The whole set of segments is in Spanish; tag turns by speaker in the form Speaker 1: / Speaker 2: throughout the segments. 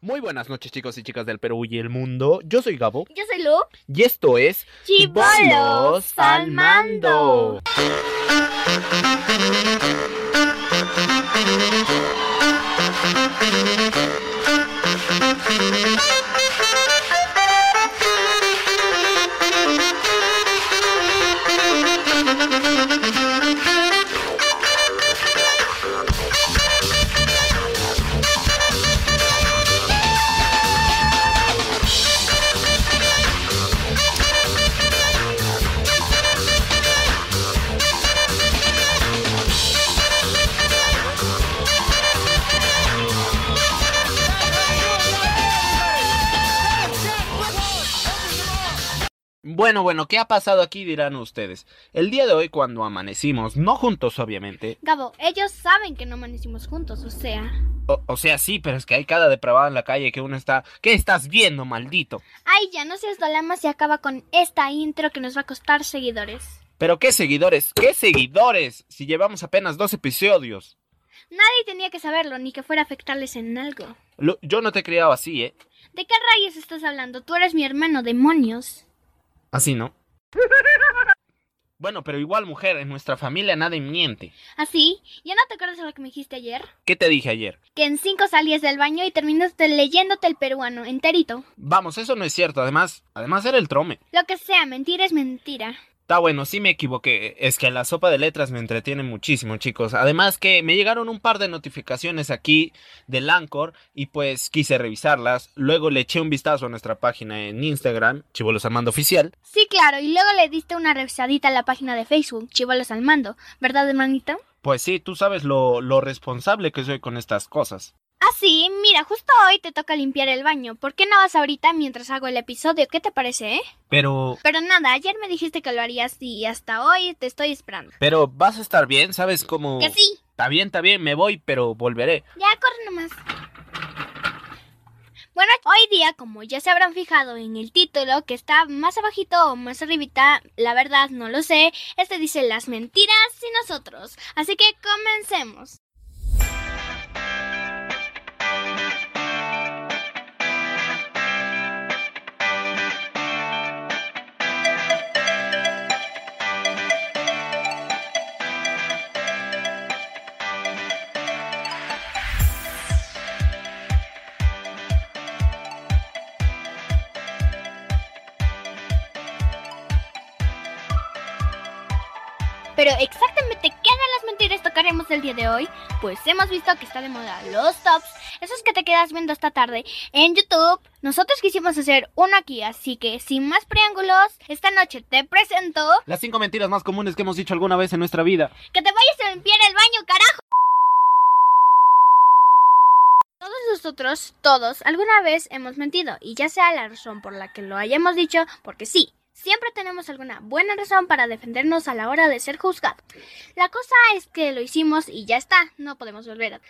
Speaker 1: Muy buenas noches, chicos y chicas del Perú y el mundo. Yo soy Gabo
Speaker 2: Yo soy Lu.
Speaker 1: y esto es
Speaker 2: Chibolos al
Speaker 1: Salmando.
Speaker 2: mando.
Speaker 1: Bueno, bueno, ¿qué ha pasado aquí? Dirán ustedes. El día de hoy, cuando amanecimos, no juntos, obviamente.
Speaker 2: Gabo, ellos saben que no amanecimos juntos, o sea.
Speaker 1: O, o sea, sí, pero es que hay cada depravada en la calle que uno está. ¿Qué estás viendo, maldito?
Speaker 2: Ay, ya no seas dolama si acaba con esta intro que nos va a costar seguidores.
Speaker 1: Pero qué seguidores, qué seguidores, si llevamos apenas dos episodios.
Speaker 2: Nadie tenía que saberlo, ni que fuera a afectarles en algo.
Speaker 1: Lo- yo no te he criado así, ¿eh?
Speaker 2: ¿De qué rayos estás hablando? Tú eres mi hermano, demonios.
Speaker 1: Así no. Bueno, pero igual, mujer, en nuestra familia nadie miente.
Speaker 2: ¿Así? ¿Ah, ¿Ya no te acuerdas de lo que me dijiste ayer?
Speaker 1: ¿Qué te dije ayer?
Speaker 2: Que en cinco salías del baño y terminaste leyéndote el peruano, enterito.
Speaker 1: Vamos, eso no es cierto. Además, además era el trome.
Speaker 2: Lo que sea, mentira es mentira.
Speaker 1: Está bueno, sí me equivoqué. Es que la sopa de letras me entretiene muchísimo, chicos. Además que me llegaron un par de notificaciones aquí del Anchor y pues quise revisarlas. Luego le eché un vistazo a nuestra página en Instagram, Chibolos Armando Oficial.
Speaker 2: Sí, claro, y luego le diste una revisadita a la página de Facebook, Chivolos al Mando, ¿verdad, hermanito?
Speaker 1: Pues sí, tú sabes lo, lo responsable que soy con estas cosas.
Speaker 2: Ah, sí, mira, justo hoy te toca limpiar el baño. ¿Por qué no vas ahorita mientras hago el episodio? ¿Qué te parece, eh?
Speaker 1: Pero...
Speaker 2: Pero nada, ayer me dijiste que lo harías y hasta hoy te estoy esperando.
Speaker 1: Pero vas a estar bien, ¿sabes cómo...
Speaker 2: Que sí,
Speaker 1: Está bien, está bien, me voy, pero volveré.
Speaker 2: ya corre nomás. Bueno, hoy día, como ya se habrán fijado en el título, que está más abajito o más arribita, la verdad no lo sé, este dice las mentiras y nosotros. Así que comencemos. Pero exactamente qué de las mentiras tocaremos el día de hoy, pues hemos visto que está de moda los tops, esos que te quedas viendo esta tarde en YouTube. Nosotros quisimos hacer uno aquí, así que sin más preámbulos, esta noche te presento
Speaker 1: Las cinco mentiras más comunes que hemos dicho alguna vez en nuestra vida.
Speaker 2: que te vayas a limpiar el baño, carajo. Todos nosotros, todos, alguna vez hemos mentido, y ya sea la razón por la que lo hayamos dicho, porque sí, siempre tenemos alguna buena razón para defendernos a la hora de ser juzgado. La cosa es que lo hicimos y ya está, no podemos volver a...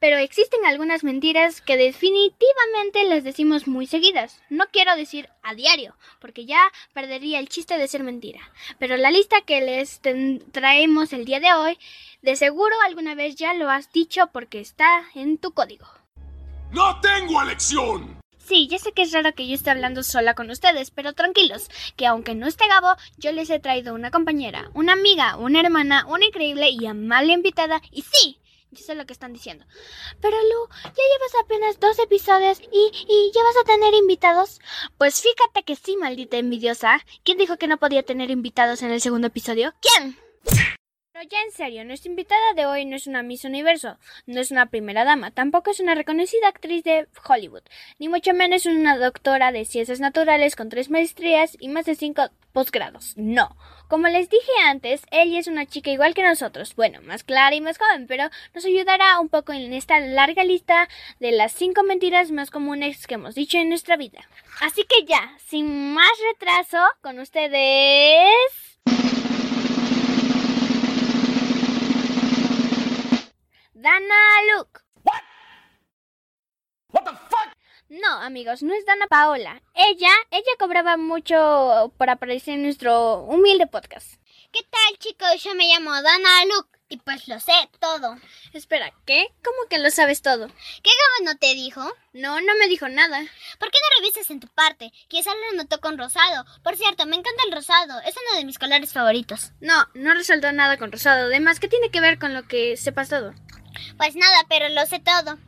Speaker 2: Pero existen algunas mentiras que definitivamente las decimos muy seguidas. No quiero decir a diario, porque ya perdería el chiste de ser mentira. Pero la lista que les ten- traemos el día de hoy, de seguro alguna vez ya lo has dicho porque está en tu código.
Speaker 3: ¡No tengo elección!
Speaker 2: Sí, ya sé que es raro que yo esté hablando sola con ustedes, pero tranquilos, que aunque no esté Gabo, yo les he traído una compañera, una amiga, una hermana, una increíble y amable invitada, y sí, yo sé lo que están diciendo. Pero Lu, ya llevas apenas dos episodios y, y ya vas a tener invitados. Pues fíjate que sí, maldita envidiosa. ¿Quién dijo que no podía tener invitados en el segundo episodio? ¿Quién? Pero ya en serio, nuestra invitada de hoy no es una Miss Universo, no es una primera dama, tampoco es una reconocida actriz de Hollywood ni mucho menos una doctora de ciencias naturales con tres maestrías y más de cinco posgrados. No. Como les dije antes, ella es una chica igual que nosotros, bueno, más clara y más joven, pero nos ayudará un poco en esta larga lista de las cinco mentiras más comunes que hemos dicho en nuestra vida. Así que ya, sin más retraso, con ustedes... Dana Luke. No, amigos, no es Dana Paola. Ella, ella cobraba mucho por aparecer en nuestro humilde podcast.
Speaker 3: ¿Qué tal, chicos? Yo me llamo Dana Luke y pues lo sé todo.
Speaker 2: Espera, ¿qué? ¿Cómo que lo sabes todo?
Speaker 3: ¿Cómo no te dijo?
Speaker 2: No, no me dijo nada.
Speaker 3: ¿Por qué no revisas en tu parte? Quizás lo notó con rosado. Por cierto, me encanta el rosado. Es uno de mis colores favoritos.
Speaker 2: No, no resaltó nada con Rosado. Además, ¿qué tiene que ver con lo que sepas todo?
Speaker 3: Pues nada, pero lo sé todo.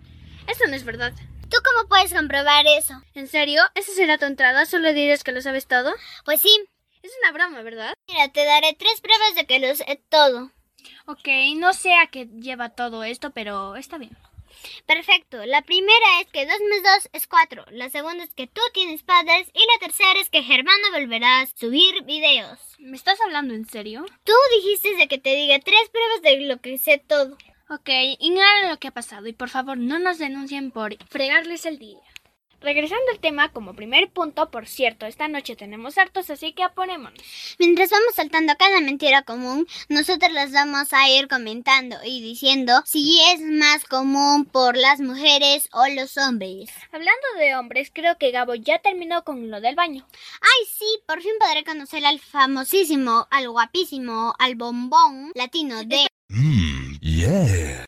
Speaker 2: Eso no es verdad.
Speaker 3: ¿Tú cómo puedes comprobar eso?
Speaker 2: ¿En serio? ¿Esa será tu entrada? ¿Solo dirás que lo sabes todo?
Speaker 3: Pues sí.
Speaker 2: Es una broma, ¿verdad?
Speaker 3: Mira, te daré tres pruebas de que lo sé todo.
Speaker 2: Ok, no sé a qué lleva todo esto, pero está bien.
Speaker 3: Perfecto. La primera es que 2 más 2 es 4. La segunda es que tú tienes padres. Y la tercera es que Germana volverá a subir videos.
Speaker 2: ¿Me estás hablando en serio?
Speaker 3: Tú dijiste de que te diga tres pruebas de lo que sé todo.
Speaker 2: Ok, ignoren lo que ha pasado y por favor no nos denuncien por fregarles el día. Regresando al tema, como primer punto, por cierto, esta noche tenemos hartos, así que aponémonos.
Speaker 3: Mientras vamos saltando cada mentira común, nosotros las vamos a ir comentando y diciendo si es más común por las mujeres o los hombres.
Speaker 2: Hablando de hombres, creo que Gabo ya terminó con lo del baño.
Speaker 3: Ay, sí, por fin podré conocer al famosísimo, al guapísimo, al bombón latino de...
Speaker 4: Mmm, yeah.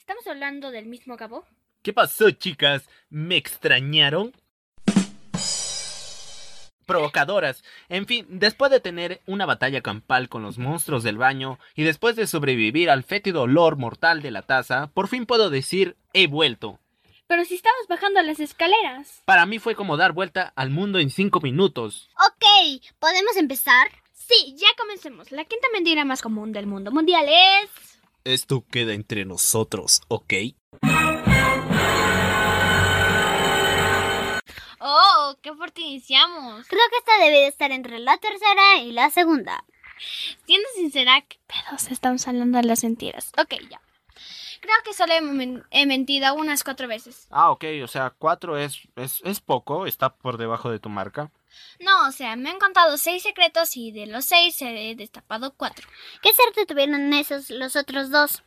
Speaker 2: ¿Estamos hablando del mismo Gabo?
Speaker 1: ¿Qué pasó, chicas? ¿Me extrañaron? Provocadoras. En fin, después de tener una batalla campal con los monstruos del baño y después de sobrevivir al fétido olor mortal de la taza, por fin puedo decir he vuelto.
Speaker 2: Pero si estamos bajando las escaleras.
Speaker 1: Para mí fue como dar vuelta al mundo en 5 minutos.
Speaker 3: Ok, ¿podemos empezar?
Speaker 2: Sí, ya comencemos. La quinta mentira más común del mundo mundial es...
Speaker 1: Esto queda entre nosotros, ¿ok?
Speaker 2: Oh, qué fuerte iniciamos.
Speaker 3: Creo que esta debe de estar entre la tercera y la segunda.
Speaker 2: Siendo sincera, ¿qué pedos estamos hablando de las mentiras? Ok, ya. Creo que solo he, men- he mentido unas cuatro veces.
Speaker 1: Ah, ok, o sea, 4 es, es, es poco, está por debajo de tu marca.
Speaker 2: No, o sea, me han contado seis secretos y de los seis he destapado cuatro.
Speaker 3: ¿Qué suerte tuvieron esos los otros dos?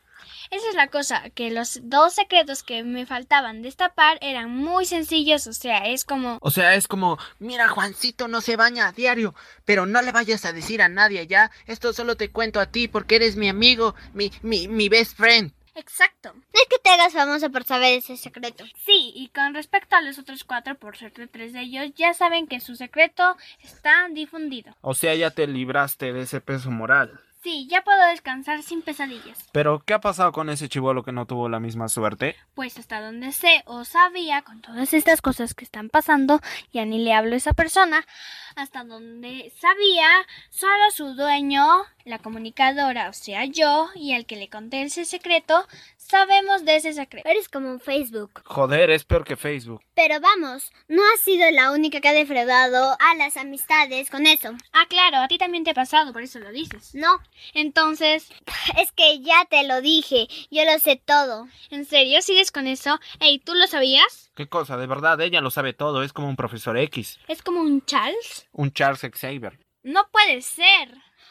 Speaker 2: Esa es la cosa, que los dos secretos que me faltaban destapar eran muy sencillos, o sea, es como...
Speaker 1: O sea, es como, mira, Juancito no se baña a diario, pero no le vayas a decir a nadie ya. Esto solo te cuento a ti porque eres mi amigo, mi, mi, mi best friend.
Speaker 2: Exacto.
Speaker 3: No es que te hagas famoso por saber ese secreto.
Speaker 2: Sí, y con respecto a los otros cuatro, por suerte tres de ellos ya saben que su secreto está difundido.
Speaker 1: O sea, ya te libraste de ese peso moral.
Speaker 2: Sí, ya puedo descansar sin pesadillas.
Speaker 1: Pero, ¿qué ha pasado con ese chivolo que no tuvo la misma suerte?
Speaker 2: Pues hasta donde sé o sabía, con todas estas cosas que están pasando, ya ni le hablo a esa persona, hasta donde sabía, solo su dueño, la comunicadora, o sea yo, y el que le conté ese secreto, sabemos de ese secreto.
Speaker 3: Eres como un Facebook.
Speaker 1: Joder, es peor que Facebook.
Speaker 3: Pero vamos, no has sido la única que ha defraudado a las amistades con eso.
Speaker 2: Ah, claro, a ti también te ha pasado, por eso lo dices.
Speaker 3: No,
Speaker 2: Entonces,
Speaker 3: es que ya te lo dije, yo lo sé todo.
Speaker 2: ¿en serio sigues con eso? Ey, ¿tú lo sabías?
Speaker 1: ¿Qué cosa? De verdad, ella lo sabe todo, es como un profesor X,
Speaker 2: ¿Es como un Charles?
Speaker 1: un Charles Xavier.
Speaker 2: No puede ser.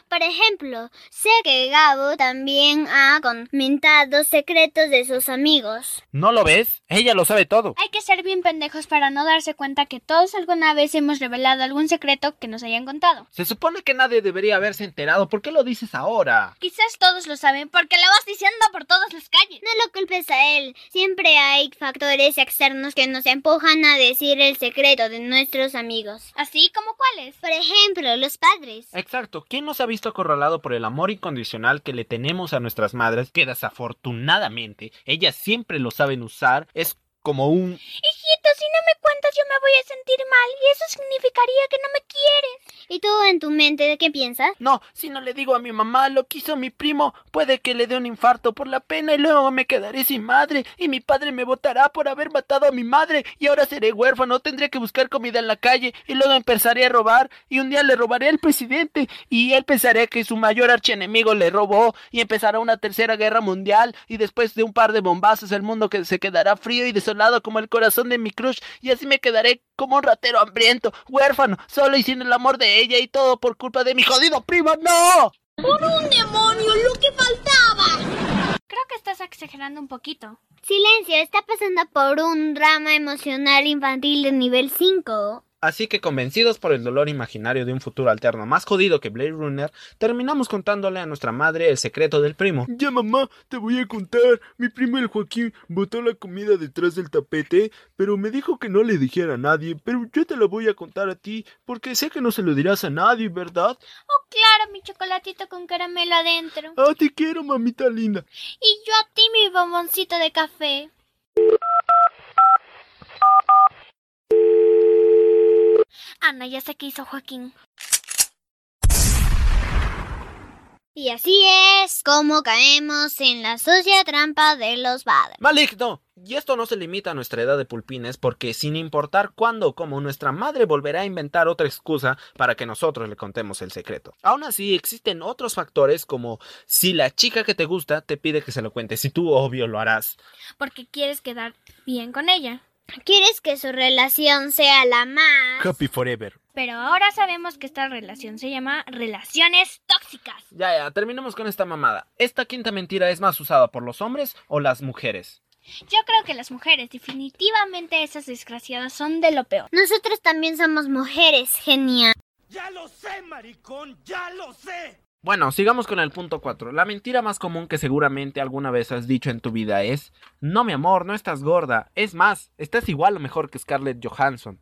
Speaker 3: Por ejemplo, sé que Gabo también ha comentado secretos de sus amigos.
Speaker 1: ¿No lo ves? Ella lo sabe todo.
Speaker 2: Hay que ser bien pendejos para no darse cuenta que todos alguna vez hemos revelado algún secreto que nos hayan contado.
Speaker 1: Se supone que nadie debería haberse enterado. ¿Por qué lo dices ahora?
Speaker 2: Quizás todos lo saben porque lo vas diciendo por todas las calles.
Speaker 3: No lo culpes a él, siempre hay factores externos que nos empujan a decir el secreto de nuestros amigos.
Speaker 2: Así como cuáles.
Speaker 3: Por ejemplo, los padres.
Speaker 1: Exacto. ¿Quién nos ha visto acorralado por el amor incondicional que le tenemos a nuestras madres? Que desafortunadamente ellas siempre lo saben usar. Es como un...
Speaker 2: Hijito, si no me cuentas yo me voy a sentir mal y eso significaría que no me quieres.
Speaker 3: ¿Y tú en tu mente de qué piensas?
Speaker 1: No, si no le digo a mi mamá lo que hizo mi primo, puede que le dé un infarto por la pena y luego me quedaré sin madre y mi padre me votará por haber matado a mi madre y ahora seré huérfano, tendré que buscar comida en la calle y luego empezaré a robar y un día le robaré al presidente y él pensará que su mayor archienemigo le robó y empezará una tercera guerra mundial y después de un par de bombazos el mundo que se quedará frío y desolado como el corazón de mi crush y así me quedaré como un ratero hambriento, huérfano, solo y sin el amor de ella y todo por culpa de mi jodido primo, no.
Speaker 2: Creo que estás exagerando un poquito.
Speaker 3: Silencio, está pasando por un drama emocional infantil de nivel 5.
Speaker 5: Así que convencidos por el dolor imaginario de un futuro alterno más jodido que Blade Runner, terminamos contándole a nuestra madre el secreto del primo.
Speaker 1: Ya mamá, te voy a contar. Mi primo el Joaquín botó la comida detrás del tapete, pero me dijo que no le dijera a nadie, pero yo te lo voy a contar a ti, porque sé que no se lo dirás a nadie, ¿verdad?
Speaker 2: Oh, claro, mi chocolatito con caramelo adentro.
Speaker 1: Ah, te quiero, mamita linda.
Speaker 2: Y yo a ti, mi bomboncito de café. Ana, Ah, ya sé qué hizo Joaquín.
Speaker 3: Y así es como caemos en la sucia trampa de los padres.
Speaker 5: Maligno. Y esto no se limita a nuestra edad de pulpines porque sin importar cuándo o cómo nuestra madre volverá a inventar otra excusa para que nosotros le contemos el secreto. Aún así existen otros factores como si la chica que te gusta te pide que se lo cuentes y tú obvio lo harás.
Speaker 2: Porque quieres quedar bien con ella.
Speaker 3: ¿Quieres que su relación sea la más?
Speaker 1: Happy forever.
Speaker 2: Pero ahora sabemos que esta relación se llama relaciones tóxicas.
Speaker 5: Ya, ya, terminemos con esta mamada. ¿Esta quinta mentira es más usada por los hombres o las mujeres?
Speaker 2: Yo creo que las mujeres, definitivamente esas desgraciadas son de lo peor.
Speaker 3: Nosotros también somos mujeres, genial.
Speaker 6: Ya lo sé, maricón, ya lo sé.
Speaker 5: Bueno, sigamos con el punto 4. La mentira más común que seguramente alguna vez has dicho en tu vida es, no mi amor, no estás gorda. Es más, estás igual o mejor que Scarlett Johansson.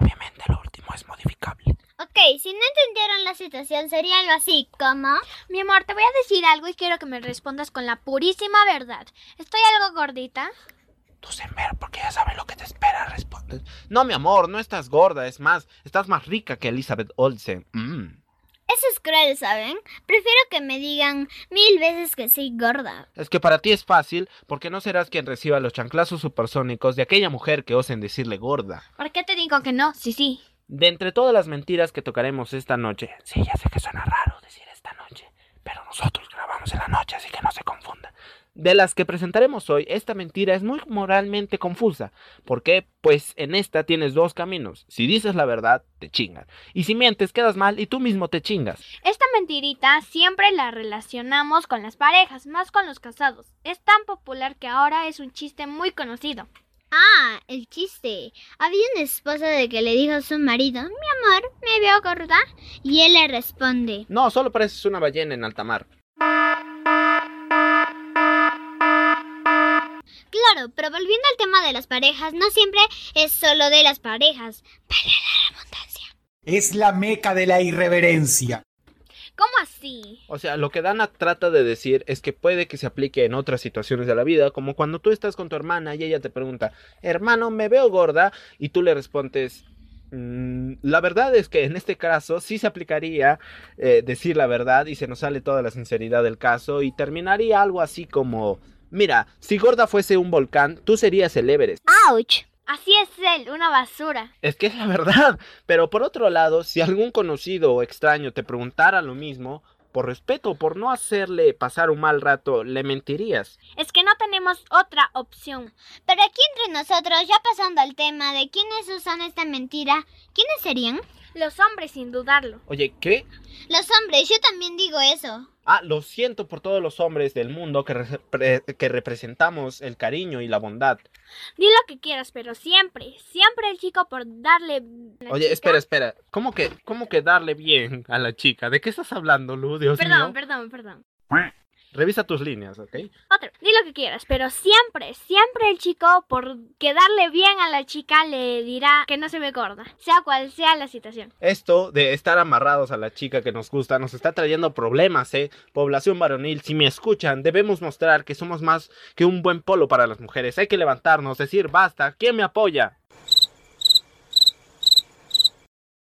Speaker 5: Obviamente lo último es modificable.
Speaker 3: Ok, si no entendieron la situación sería algo así como...
Speaker 2: Mi amor, te voy a decir algo y quiero que me respondas con la purísima verdad. ¿Estoy algo gordita?
Speaker 5: Tú ver porque ya sabes lo que te espera, responde. No, mi amor, no estás gorda, es más, estás más rica que Elizabeth Olsen. Mm.
Speaker 3: Eso es cruel, ¿saben? Prefiero que me digan mil veces que soy gorda.
Speaker 5: Es que para ti es fácil, porque no serás quien reciba los chanclazos supersónicos de aquella mujer que osen decirle gorda.
Speaker 2: ¿Por qué te digo que no? Sí, sí.
Speaker 5: De entre todas las mentiras que tocaremos esta noche, sí, ya sé que suena raro decir esta noche, pero nosotros grabamos en la noche, así que no se confunda. De las que presentaremos hoy, esta mentira es muy moralmente confusa. ¿Por qué? Pues en esta tienes dos caminos. Si dices la verdad, te chingan. Y si mientes, quedas mal y tú mismo te chingas.
Speaker 2: Esta mentirita siempre la relacionamos con las parejas, más con los casados. Es tan popular que ahora es un chiste muy conocido.
Speaker 3: Ah, el chiste. Había una esposa de que le dijo a su marido, mi amor, me veo gorda. Y él le responde,
Speaker 5: No, solo pareces una ballena en alta mar.
Speaker 3: Claro, pero volviendo al tema de las parejas, no siempre es solo de las parejas. Para la abundancia.
Speaker 7: Es la meca de la irreverencia.
Speaker 2: ¿Cómo así?
Speaker 5: O sea, lo que Dana trata de decir es que puede que se aplique en otras situaciones de la vida, como cuando tú estás con tu hermana y ella te pregunta, hermano, me veo gorda, y tú le respondes, "Mm, la verdad es que en este caso sí se aplicaría eh, decir la verdad y se nos sale toda la sinceridad del caso y terminaría algo así como, mira, si gorda fuese un volcán, tú serías el Everest.
Speaker 3: ¡Auch!
Speaker 2: Así es él, una basura.
Speaker 5: Es que es la verdad. Pero por otro lado, si algún conocido o extraño te preguntara lo mismo, por respeto, por no hacerle pasar un mal rato, le mentirías.
Speaker 2: Es que no tenemos otra opción.
Speaker 3: Pero aquí entre nosotros, ya pasando al tema de quiénes usan esta mentira, ¿quiénes serían?
Speaker 2: Los hombres, sin dudarlo.
Speaker 5: Oye, ¿qué?
Speaker 3: Los hombres, yo también digo eso.
Speaker 5: Ah, lo siento por todos los hombres del mundo que, repre- que representamos el cariño y la bondad.
Speaker 2: Di lo que quieras, pero siempre, siempre el chico por darle. a la
Speaker 5: Oye,
Speaker 2: chica-
Speaker 5: espera, espera. ¿Cómo que, cómo que darle bien a la chica? ¿De qué estás hablando, Lu? Dios
Speaker 2: Perdón,
Speaker 5: mío.
Speaker 2: perdón, perdón.
Speaker 5: Revisa tus líneas, ¿ok?
Speaker 2: Otro, di lo que quieras, pero siempre, siempre el chico, por quedarle bien a la chica, le dirá que no se ve gorda, sea cual sea la situación.
Speaker 5: Esto de estar amarrados a la chica que nos gusta nos está trayendo problemas, ¿eh? Población varonil, si me escuchan, debemos mostrar que somos más que un buen polo para las mujeres. Hay que levantarnos, decir basta, ¿quién me apoya?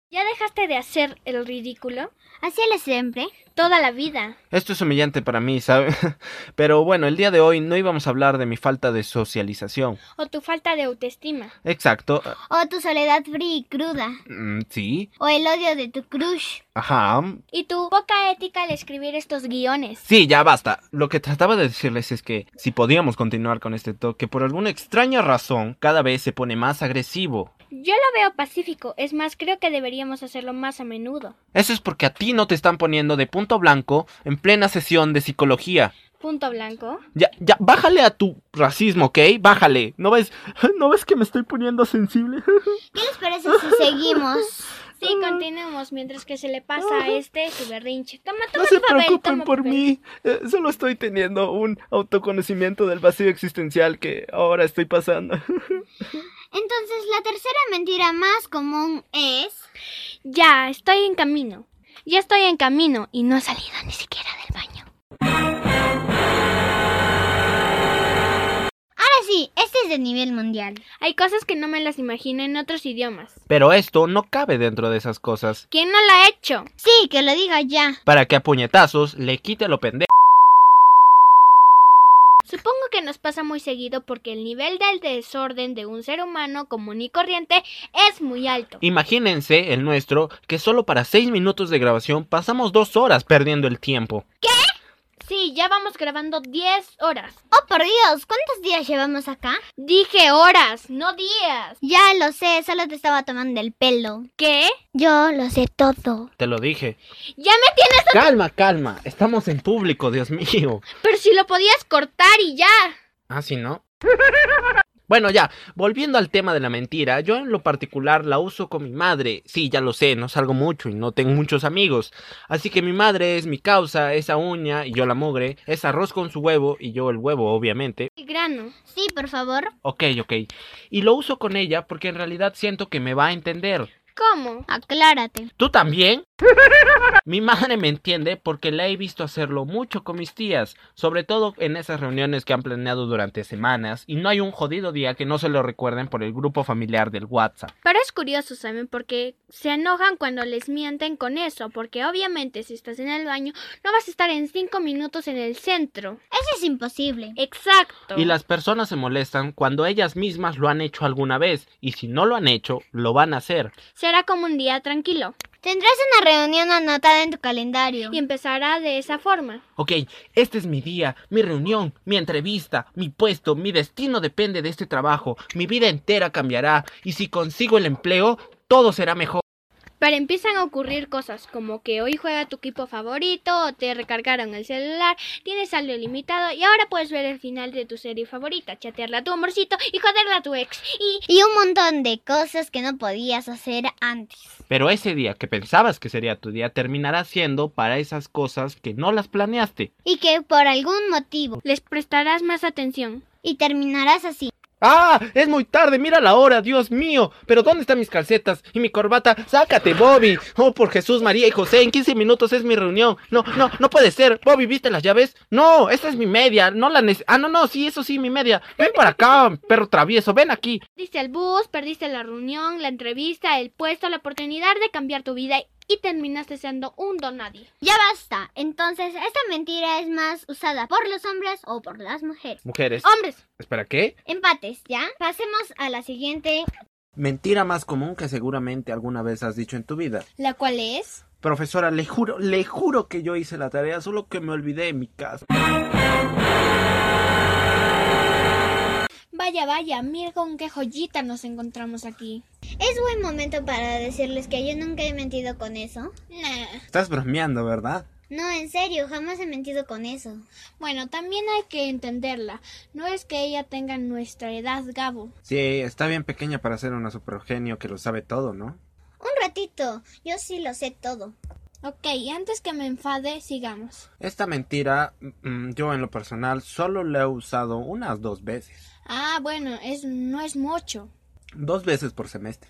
Speaker 2: ¿Ya dejaste de hacer el ridículo?
Speaker 3: Hacíale siempre.
Speaker 2: Toda la vida.
Speaker 5: Esto es humillante para mí, ¿sabes? Pero bueno, el día de hoy no íbamos a hablar de mi falta de socialización.
Speaker 2: O tu falta de autoestima.
Speaker 5: Exacto.
Speaker 3: O tu soledad fría y cruda.
Speaker 5: Mm, Sí.
Speaker 3: O el odio de tu crush.
Speaker 5: Ajá. mm,
Speaker 2: Y tu poca ética al escribir estos guiones.
Speaker 5: Sí, ya basta. Lo que trataba de decirles es que si podíamos continuar con este toque, por alguna extraña razón, cada vez se pone más agresivo.
Speaker 2: Yo lo veo pacífico, es más, creo que deberíamos hacerlo más a menudo.
Speaker 5: Eso es porque a ti no te están poniendo de punto blanco en plena sesión de psicología.
Speaker 2: Punto blanco.
Speaker 5: Ya, ya, bájale a tu racismo, ¿ok? Bájale. ¿No ves, ¿no ves que me estoy poniendo sensible?
Speaker 3: ¿Qué les parece si seguimos?
Speaker 2: Sí, continuemos mientras que se le pasa a este su berrinche. Toma, toma
Speaker 5: No se
Speaker 2: tu papel,
Speaker 5: preocupen
Speaker 2: toma
Speaker 5: por
Speaker 2: papel.
Speaker 5: mí. eh, solo estoy teniendo un autoconocimiento del vacío existencial que ahora estoy pasando.
Speaker 3: Entonces, la tercera mentira más común es...
Speaker 2: Ya, estoy en camino. Ya estoy en camino y no he salido ni siquiera del baño.
Speaker 3: Ahora sí, este es de nivel mundial.
Speaker 2: Hay cosas que no me las imagino en otros idiomas.
Speaker 5: Pero esto no cabe dentro de esas cosas.
Speaker 2: ¿Quién no la ha hecho?
Speaker 3: Sí, que lo diga ya.
Speaker 5: Para que a puñetazos le quite lo pendejo.
Speaker 2: Supongo que nos pasa muy seguido porque el nivel del desorden de un ser humano común y corriente es muy alto.
Speaker 5: Imagínense el nuestro, que solo para 6 minutos de grabación pasamos 2 horas perdiendo el tiempo.
Speaker 2: Sí, ya vamos grabando 10 horas.
Speaker 3: Oh, por Dios, ¿cuántos días llevamos acá?
Speaker 2: Dije horas, no días.
Speaker 3: Ya lo sé, solo te estaba tomando el pelo.
Speaker 2: ¿Qué?
Speaker 3: Yo lo sé todo.
Speaker 5: Te lo dije.
Speaker 2: Ya me tienes...
Speaker 5: Calma, calma. Estamos en público, Dios mío.
Speaker 2: Pero si lo podías cortar y ya.
Speaker 5: Ah, sí, ¿no? Bueno, ya, volviendo al tema de la mentira, yo en lo particular la uso con mi madre. Sí, ya lo sé, no salgo mucho y no tengo muchos amigos. Así que mi madre es mi causa, esa uña y yo la mugre, es arroz con su huevo y yo el huevo, obviamente.
Speaker 2: El grano.
Speaker 3: Sí, por favor.
Speaker 5: Ok, ok. Y lo uso con ella porque en realidad siento que me va a entender.
Speaker 2: ¿Cómo?
Speaker 3: Aclárate.
Speaker 5: ¿Tú también? Mi madre me entiende porque la he visto hacerlo mucho con mis tías, sobre todo en esas reuniones que han planeado durante semanas y no hay un jodido día que no se lo recuerden por el grupo familiar del WhatsApp.
Speaker 2: Pero es curioso, ¿saben? Porque se enojan cuando les mienten con eso, porque obviamente si estás en el baño no vas a estar en cinco minutos en el centro.
Speaker 3: Eso es imposible.
Speaker 2: Exacto.
Speaker 5: Y las personas se molestan cuando ellas mismas lo han hecho alguna vez y si no lo han hecho, lo van a hacer.
Speaker 2: Será como un día tranquilo
Speaker 3: Tendrás una reunión anotada en tu calendario.
Speaker 2: y empezará de esa forma.
Speaker 5: Ok, este es mi día, mi reunión, mi entrevista, mi puesto, mi destino depende de este trabajo, mi vida entera cambiará y si consigo el empleo, todo será mejor.
Speaker 2: Pero empiezan a ocurrir cosas como que hoy juega tu equipo favorito, o te recargaron el celular, tienes saldo ilimitado y ahora puedes ver el final de tu serie favorita, chatearla a tu amorcito y joderla a tu ex. Y
Speaker 3: Y un montón de cosas que no podías hacer antes.
Speaker 5: Pero ese día que pensabas que sería tu día terminará siendo para esas cosas que no las planeaste.
Speaker 3: Y que por algún motivo.
Speaker 2: les prestarás más atención.
Speaker 3: Y terminarás así.
Speaker 5: ¡Ah! Es muy tarde, mira la hora, Dios mío. Pero ¿dónde están mis calcetas y mi corbata? Sácate, Bobby. Oh, por Jesús, María y José, en 15 minutos es mi reunión. No, no, no puede ser. Bobby, ¿viste las llaves? No, esta es mi media. No la neces... Ah, no, no, sí, eso sí, mi media. Ven para acá, perro travieso, ven aquí.
Speaker 2: Perdiste el bus, perdiste la reunión, la entrevista, el puesto, la oportunidad de cambiar tu vida y terminaste siendo un don nadie.
Speaker 3: Ya basta. Entonces, esta mentira es más usada por los hombres o por las mujeres.
Speaker 5: Mujeres.
Speaker 2: Hombres,
Speaker 5: Espera, ¿qué?
Speaker 3: Empates, ¿ya? Pasemos a la siguiente,
Speaker 5: Mentira más común que seguramente alguna vez has dicho en tu vida.
Speaker 3: la cual es...
Speaker 5: Profesora, le juro, le juro que yo hice la tarea, solo que me olvidé en mi casa.
Speaker 2: vaya, vaya, mira con qué joyita nos encontramos aquí.
Speaker 3: Es buen momento para decirles que yo nunca he mentido con eso. Nah.
Speaker 5: Estás bromeando, ¿verdad?
Speaker 3: No, en serio, jamás he mentido con eso.
Speaker 2: Bueno, también hay que entenderla. No es que ella tenga nuestra edad, Gabo.
Speaker 5: Sí, está bien pequeña para ser una supergenio que lo sabe todo, ¿no?
Speaker 3: Un ratito, yo sí lo sé todo.
Speaker 2: Ok, antes que me enfade, sigamos.
Speaker 5: Esta mentira, mm, yo en lo personal solo la he usado unas dos veces.
Speaker 2: Ah, bueno, es, no es mucho.
Speaker 5: Dos veces por semestre.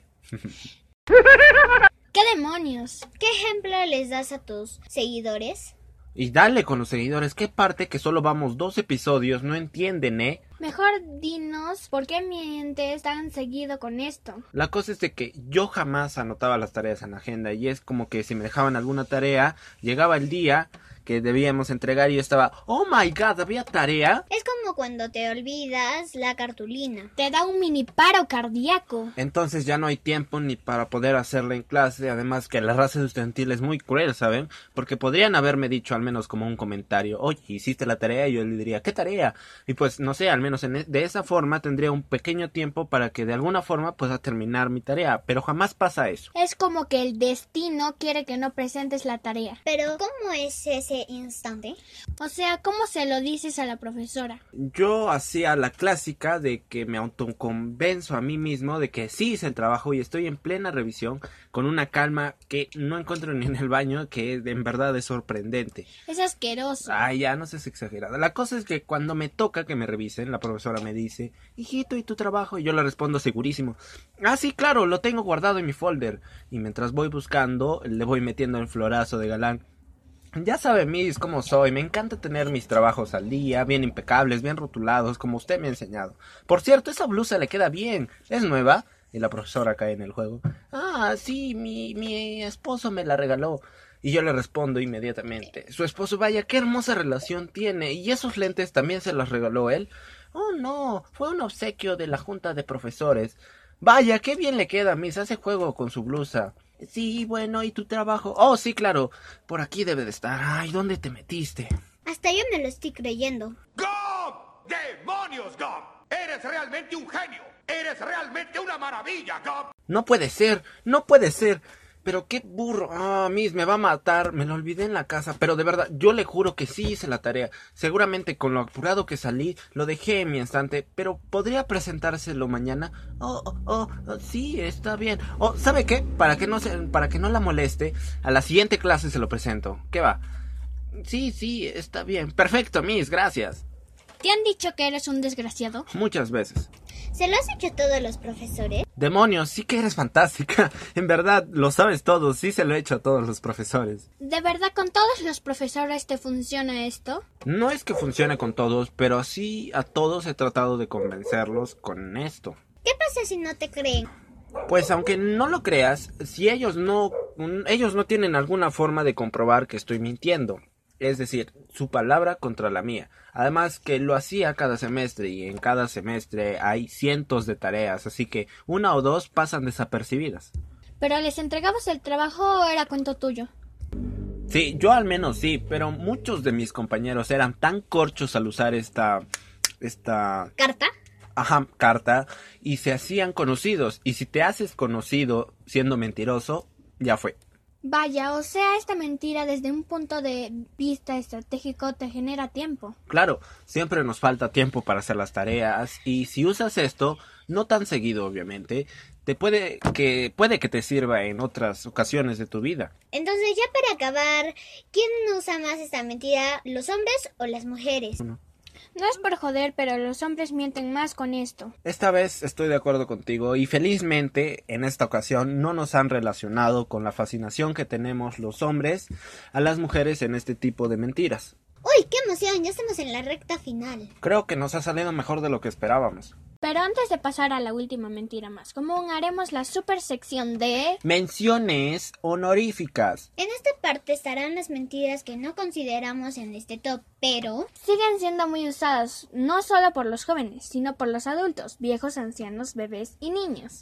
Speaker 2: ¿Qué demonios?
Speaker 3: ¿Qué ejemplo les das a tus seguidores?
Speaker 5: Y dale con los seguidores, qué parte que solo vamos dos episodios, no entienden, ¿eh?
Speaker 2: Mejor dinos por qué mientes tan seguido con esto.
Speaker 5: La cosa es de que yo jamás anotaba las tareas en la agenda y es como que si me dejaban alguna tarea, llegaba el día que debíamos entregar y yo estaba, oh my god, había tarea.
Speaker 3: Es como cuando te olvidas la cartulina.
Speaker 2: Te da un mini paro cardíaco.
Speaker 5: Entonces ya no hay tiempo ni para poder hacerla en clase, además que la raza estudiantil es muy cruel, ¿saben? Porque podrían haberme dicho al menos como un comentario, oye, hiciste la tarea, y yo le diría, ¿qué tarea? Y pues no sé, al menos en e- de esa forma tendría un pequeño tiempo para que de alguna forma pueda terminar mi tarea, pero jamás pasa eso.
Speaker 2: Es como que el destino quiere que no presentes la tarea.
Speaker 3: Pero, ¿cómo es ese instante?
Speaker 2: O sea, ¿cómo se lo dices a la profesora?
Speaker 5: Yo hacía la clásica de que me autoconvenzo a mí mismo de que sí hice el trabajo y estoy en plena revisión con una calma que no encuentro ni en el baño, que en verdad es sorprendente.
Speaker 2: Es asqueroso.
Speaker 5: Ay, ya, no seas exagerada. La cosa es que cuando me toca que me revisen, la profesora me dice, hijito, ¿y tu trabajo? Y yo le respondo segurísimo, ah, sí, claro, lo tengo guardado en mi folder. Y mientras voy buscando, le voy metiendo el florazo de galán. Ya sabe, Miss, cómo soy. Me encanta tener mis trabajos al día, bien impecables, bien rotulados, como usted me ha enseñado. Por cierto, esa blusa le queda bien. ¿Es nueva? Y la profesora cae en el juego. Ah, sí, mi, mi esposo me la regaló. Y yo le respondo inmediatamente. Su esposo, vaya, qué hermosa relación tiene. ¿Y esos lentes también se los regaló él? Oh, no, fue un obsequio de la junta de profesores. Vaya, qué bien le queda, Miss. Hace juego con su blusa. Sí, bueno, ¿y tu trabajo? Oh, sí, claro. Por aquí debe de estar. Ay, ¿dónde te metiste?
Speaker 3: Hasta yo me lo estoy creyendo.
Speaker 6: ¡Gob! ¡Demonios, Gob! ¡Eres realmente un genio! ¡Eres realmente una maravilla, Gob!
Speaker 5: No puede ser, no puede ser. Pero qué burro. Ah, Miss, me va a matar. Me lo olvidé en la casa. Pero de verdad, yo le juro que sí hice la tarea. Seguramente con lo apurado que salí, lo dejé en mi instante. Pero podría presentárselo mañana. Oh, oh, oh, oh, sí, está bien. Oh, ¿sabe qué? Para que no se, para que no la moleste, a la siguiente clase se lo presento. ¿Qué va? Sí, sí, está bien. Perfecto, Miss, gracias.
Speaker 2: ¿Te han dicho que eres un desgraciado?
Speaker 5: Muchas veces.
Speaker 3: ¿Se lo has hecho a todos los profesores?
Speaker 5: Demonios, sí que eres fantástica. En verdad, lo sabes todo. Sí se lo he hecho a todos los profesores.
Speaker 2: ¿De verdad con todos los profesores te funciona esto?
Speaker 5: No es que funcione con todos, pero sí a todos he tratado de convencerlos con esto.
Speaker 3: ¿Qué pasa si no te creen?
Speaker 5: Pues aunque no lo creas, si ellos no mm, ellos no tienen alguna forma de comprobar que estoy mintiendo, es decir, su palabra contra la mía. Además que lo hacía cada semestre y en cada semestre hay cientos de tareas, así que una o dos pasan desapercibidas.
Speaker 2: Pero les entregabas el trabajo o era cuento tuyo.
Speaker 5: Sí, yo al menos sí, pero muchos de mis compañeros eran tan corchos al usar esta esta
Speaker 3: ¿Carta?
Speaker 5: ajá, carta y se hacían conocidos. Y si te haces conocido siendo mentiroso, ya fue.
Speaker 2: Vaya, o sea, esta mentira desde un punto de vista estratégico te genera tiempo.
Speaker 5: Claro, siempre nos falta tiempo para hacer las tareas y si usas esto, no tan seguido obviamente, te puede que puede que te sirva en otras ocasiones de tu vida.
Speaker 3: Entonces, ya para acabar, ¿quién usa más esta mentira, los hombres o las mujeres?
Speaker 2: No es por joder, pero los hombres mienten más con esto.
Speaker 5: Esta vez estoy de acuerdo contigo y felizmente en esta ocasión no nos han relacionado con la fascinación que tenemos los hombres a las mujeres en este tipo de mentiras.
Speaker 3: Uy, qué emoción, ya estamos en la recta final.
Speaker 5: Creo que nos ha salido mejor de lo que esperábamos.
Speaker 2: Pero antes de pasar a la última mentira más común, haremos la super sección de...
Speaker 5: Menciones honoríficas.
Speaker 3: En esta parte estarán las mentiras que no consideramos en este top, pero
Speaker 2: Siguen siendo muy usadas, no solo por los jóvenes, sino por los adultos, viejos, ancianos, bebés y niños.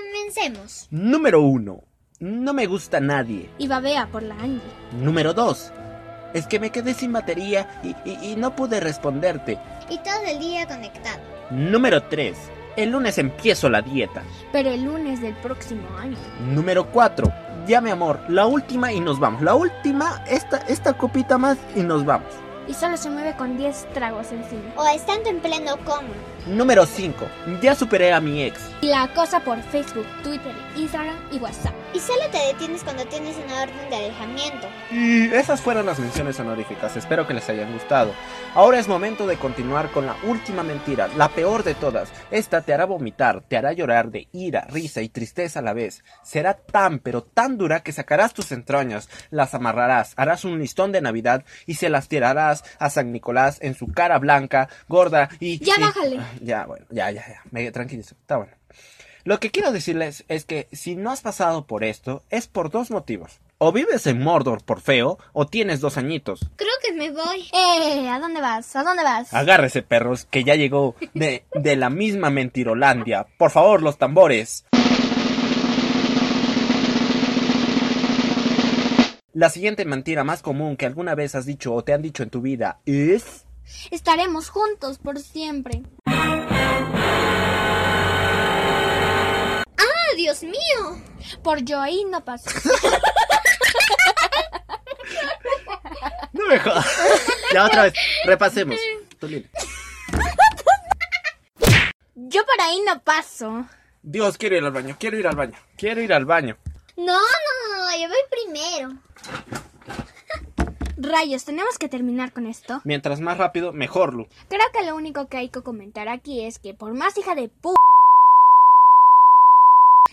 Speaker 3: comencemos.
Speaker 5: Número 1. No me gusta nadie.
Speaker 2: Y babea por la Angie.
Speaker 5: Número 2. Es que me quedé sin batería y, y- y no pude responderte.
Speaker 3: Y todo el día conectado.
Speaker 5: Número 3. El lunes empiezo la dieta.
Speaker 2: Pero el lunes del próximo año.
Speaker 5: Número 4. Ya mi amor, la última y nos vamos. La última, esta, esta copita más y nos vamos.
Speaker 2: Y solo se mueve con 10 tragos encima.
Speaker 3: O estando en pleno coma.
Speaker 5: Número 5. Ya superé a mi ex.
Speaker 2: Y la acosa por Facebook, Twitter, Instagram y WhatsApp.
Speaker 3: Y solo te detienes cuando tienes una orden de alejamiento.
Speaker 5: Y esas fueron las menciones honoríficas, espero que les hayan gustado. Ahora es momento de continuar con la última mentira, la peor de todas. Esta te hará vomitar, te hará llorar de ira, risa y tristeza a la vez. Será tan pero tan dura que sacarás tus entrañas, las amarrarás, harás un listón de Navidad y se las tirarás a San Nicolás en su cara blanca, gorda y...
Speaker 2: Ya
Speaker 5: y-
Speaker 2: bájale.
Speaker 5: Ya, bueno, ya, ya, ya. Me tranquilizo, está bueno. Lo que quiero decirles es que si no has pasado por esto es por dos motivos. O vives en Mordor por feo o tienes dos añitos.
Speaker 3: Creo que me voy.
Speaker 2: ¡Eh! ¿A dónde vas? ¿A dónde vas?
Speaker 5: Agárrese perros que ya llegó de, de la misma mentirolandia. Por favor, los tambores. La siguiente mentira más común que alguna vez has dicho o te han dicho en tu vida es...
Speaker 8: Estaremos juntos por siempre. ¡Ah, Dios mío! Por yo ahí no paso.
Speaker 5: No me jodas. Ya otra vez, repasemos. Tú, Lili.
Speaker 8: Yo por ahí no paso.
Speaker 5: Dios, quiero ir al baño, quiero ir al baño, quiero ir al baño.
Speaker 8: No, no, yo voy primero. Rayos, tenemos que terminar con esto.
Speaker 5: Mientras más rápido, mejor, Lu.
Speaker 8: Creo que lo único que hay que comentar aquí es que por más hija de pu...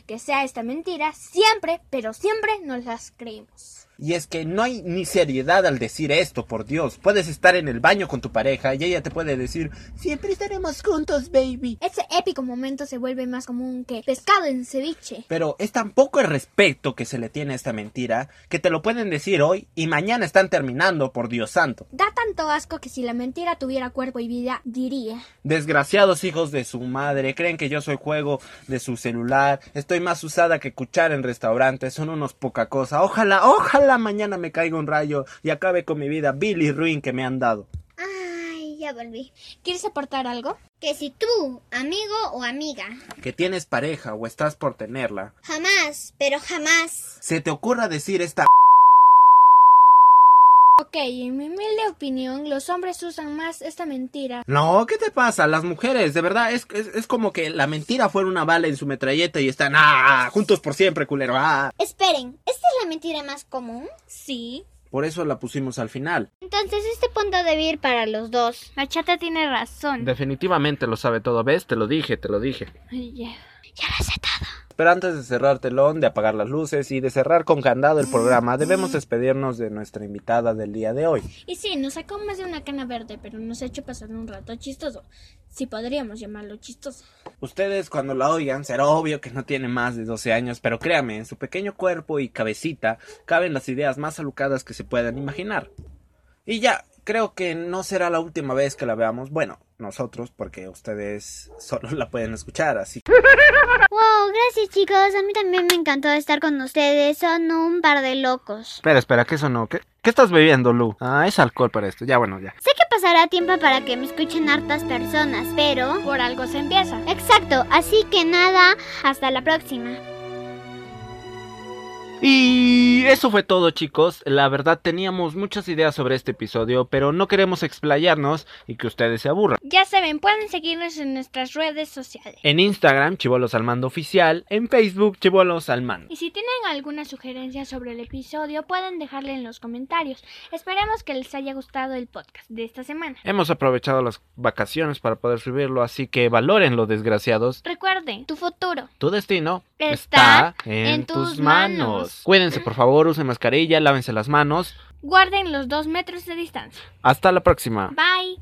Speaker 8: que sea esta mentira, siempre, pero siempre nos las creemos.
Speaker 5: Y es que no hay ni seriedad al decir esto, por Dios. Puedes estar en el baño con tu pareja y ella te puede decir, siempre estaremos juntos, baby.
Speaker 8: Ese épico momento se vuelve más común que pescado en ceviche.
Speaker 5: Pero es tan poco el respeto que se le tiene a esta mentira que te lo pueden decir hoy y mañana están terminando, por Dios santo.
Speaker 8: Da tanto asco que si la mentira tuviera cuerpo y vida, diría.
Speaker 5: Desgraciados hijos de su madre, creen que yo soy juego de su celular, estoy más usada que cuchara en restaurantes, son unos poca cosa. Ojalá, ojalá mañana me caiga un rayo y acabe con mi vida Billy Ruin que me han dado.
Speaker 3: Ay, ya volví.
Speaker 8: ¿Quieres aportar algo?
Speaker 3: Que si tú, amigo o amiga,
Speaker 5: Que tienes pareja o estás por tenerla,
Speaker 3: jamás, pero jamás,
Speaker 5: se te ocurra decir esta
Speaker 8: Ok, en mi humilde opinión, los hombres usan más esta mentira.
Speaker 5: No, ¿qué te pasa? Las mujeres, de verdad, es, es, es como que la mentira fuera una bala en su metralleta y están, ah, juntos por siempre, culero, ah.
Speaker 3: esperen, ¿esta es la mentira más común?
Speaker 8: Sí.
Speaker 5: Por eso la pusimos al final.
Speaker 3: Entonces este punto debe ir para los dos.
Speaker 2: La chata tiene razón.
Speaker 5: Definitivamente lo sabe todo, ¿ves? Te lo dije, te lo dije.
Speaker 2: Ay, ya.
Speaker 5: Pero antes de cerrar telón, de apagar las luces y de cerrar con candado el programa, debemos despedirnos de nuestra invitada del día de hoy.
Speaker 8: Y sí, nos sacó más de una cana verde, pero nos ha hecho pasar un rato chistoso. Si podríamos llamarlo chistoso.
Speaker 5: Ustedes cuando la oigan será obvio que no tiene más de 12 años, pero créame, en su pequeño cuerpo y cabecita caben las ideas más alucadas que se puedan imaginar. Y ya, creo que no será la última vez que la veamos, bueno, nosotros, porque ustedes solo la pueden escuchar, así que
Speaker 3: Wow, gracias chicos, a mí también me encantó estar con ustedes, son un par de locos.
Speaker 5: Espera, espera, que eso no. ¿Qué, qué estás bebiendo, Lu? Ah, es alcohol para esto. Ya, bueno, ya.
Speaker 3: Sé que pasará tiempo para que me escuchen hartas personas, pero...
Speaker 2: Por algo se empieza.
Speaker 3: Exacto, así que nada, hasta la próxima.
Speaker 5: Y eso fue todo, chicos. La verdad, teníamos muchas ideas sobre este episodio, pero no queremos explayarnos y que ustedes se aburran.
Speaker 2: Ya saben, pueden seguirnos en nuestras redes sociales.
Speaker 5: En Instagram, Chibolos al Mando Oficial. En Facebook, Chibolos al Mando.
Speaker 2: Y si tienen alguna sugerencia sobre el episodio, pueden dejarla en los comentarios. Esperemos que les haya gustado el podcast de esta semana.
Speaker 5: Hemos aprovechado las vacaciones para poder subirlo, así que valórenlo, desgraciados.
Speaker 2: Recuerden, tu futuro.
Speaker 5: Tu destino
Speaker 2: Está
Speaker 5: está, en,
Speaker 2: en
Speaker 5: tus,
Speaker 2: tus
Speaker 5: manos.
Speaker 2: manos.
Speaker 5: Cuídense, por favor, usen mascarilla, lávense las manos.
Speaker 2: Guarden los dos metros de distancia.
Speaker 5: Hasta la próxima.
Speaker 2: Bye.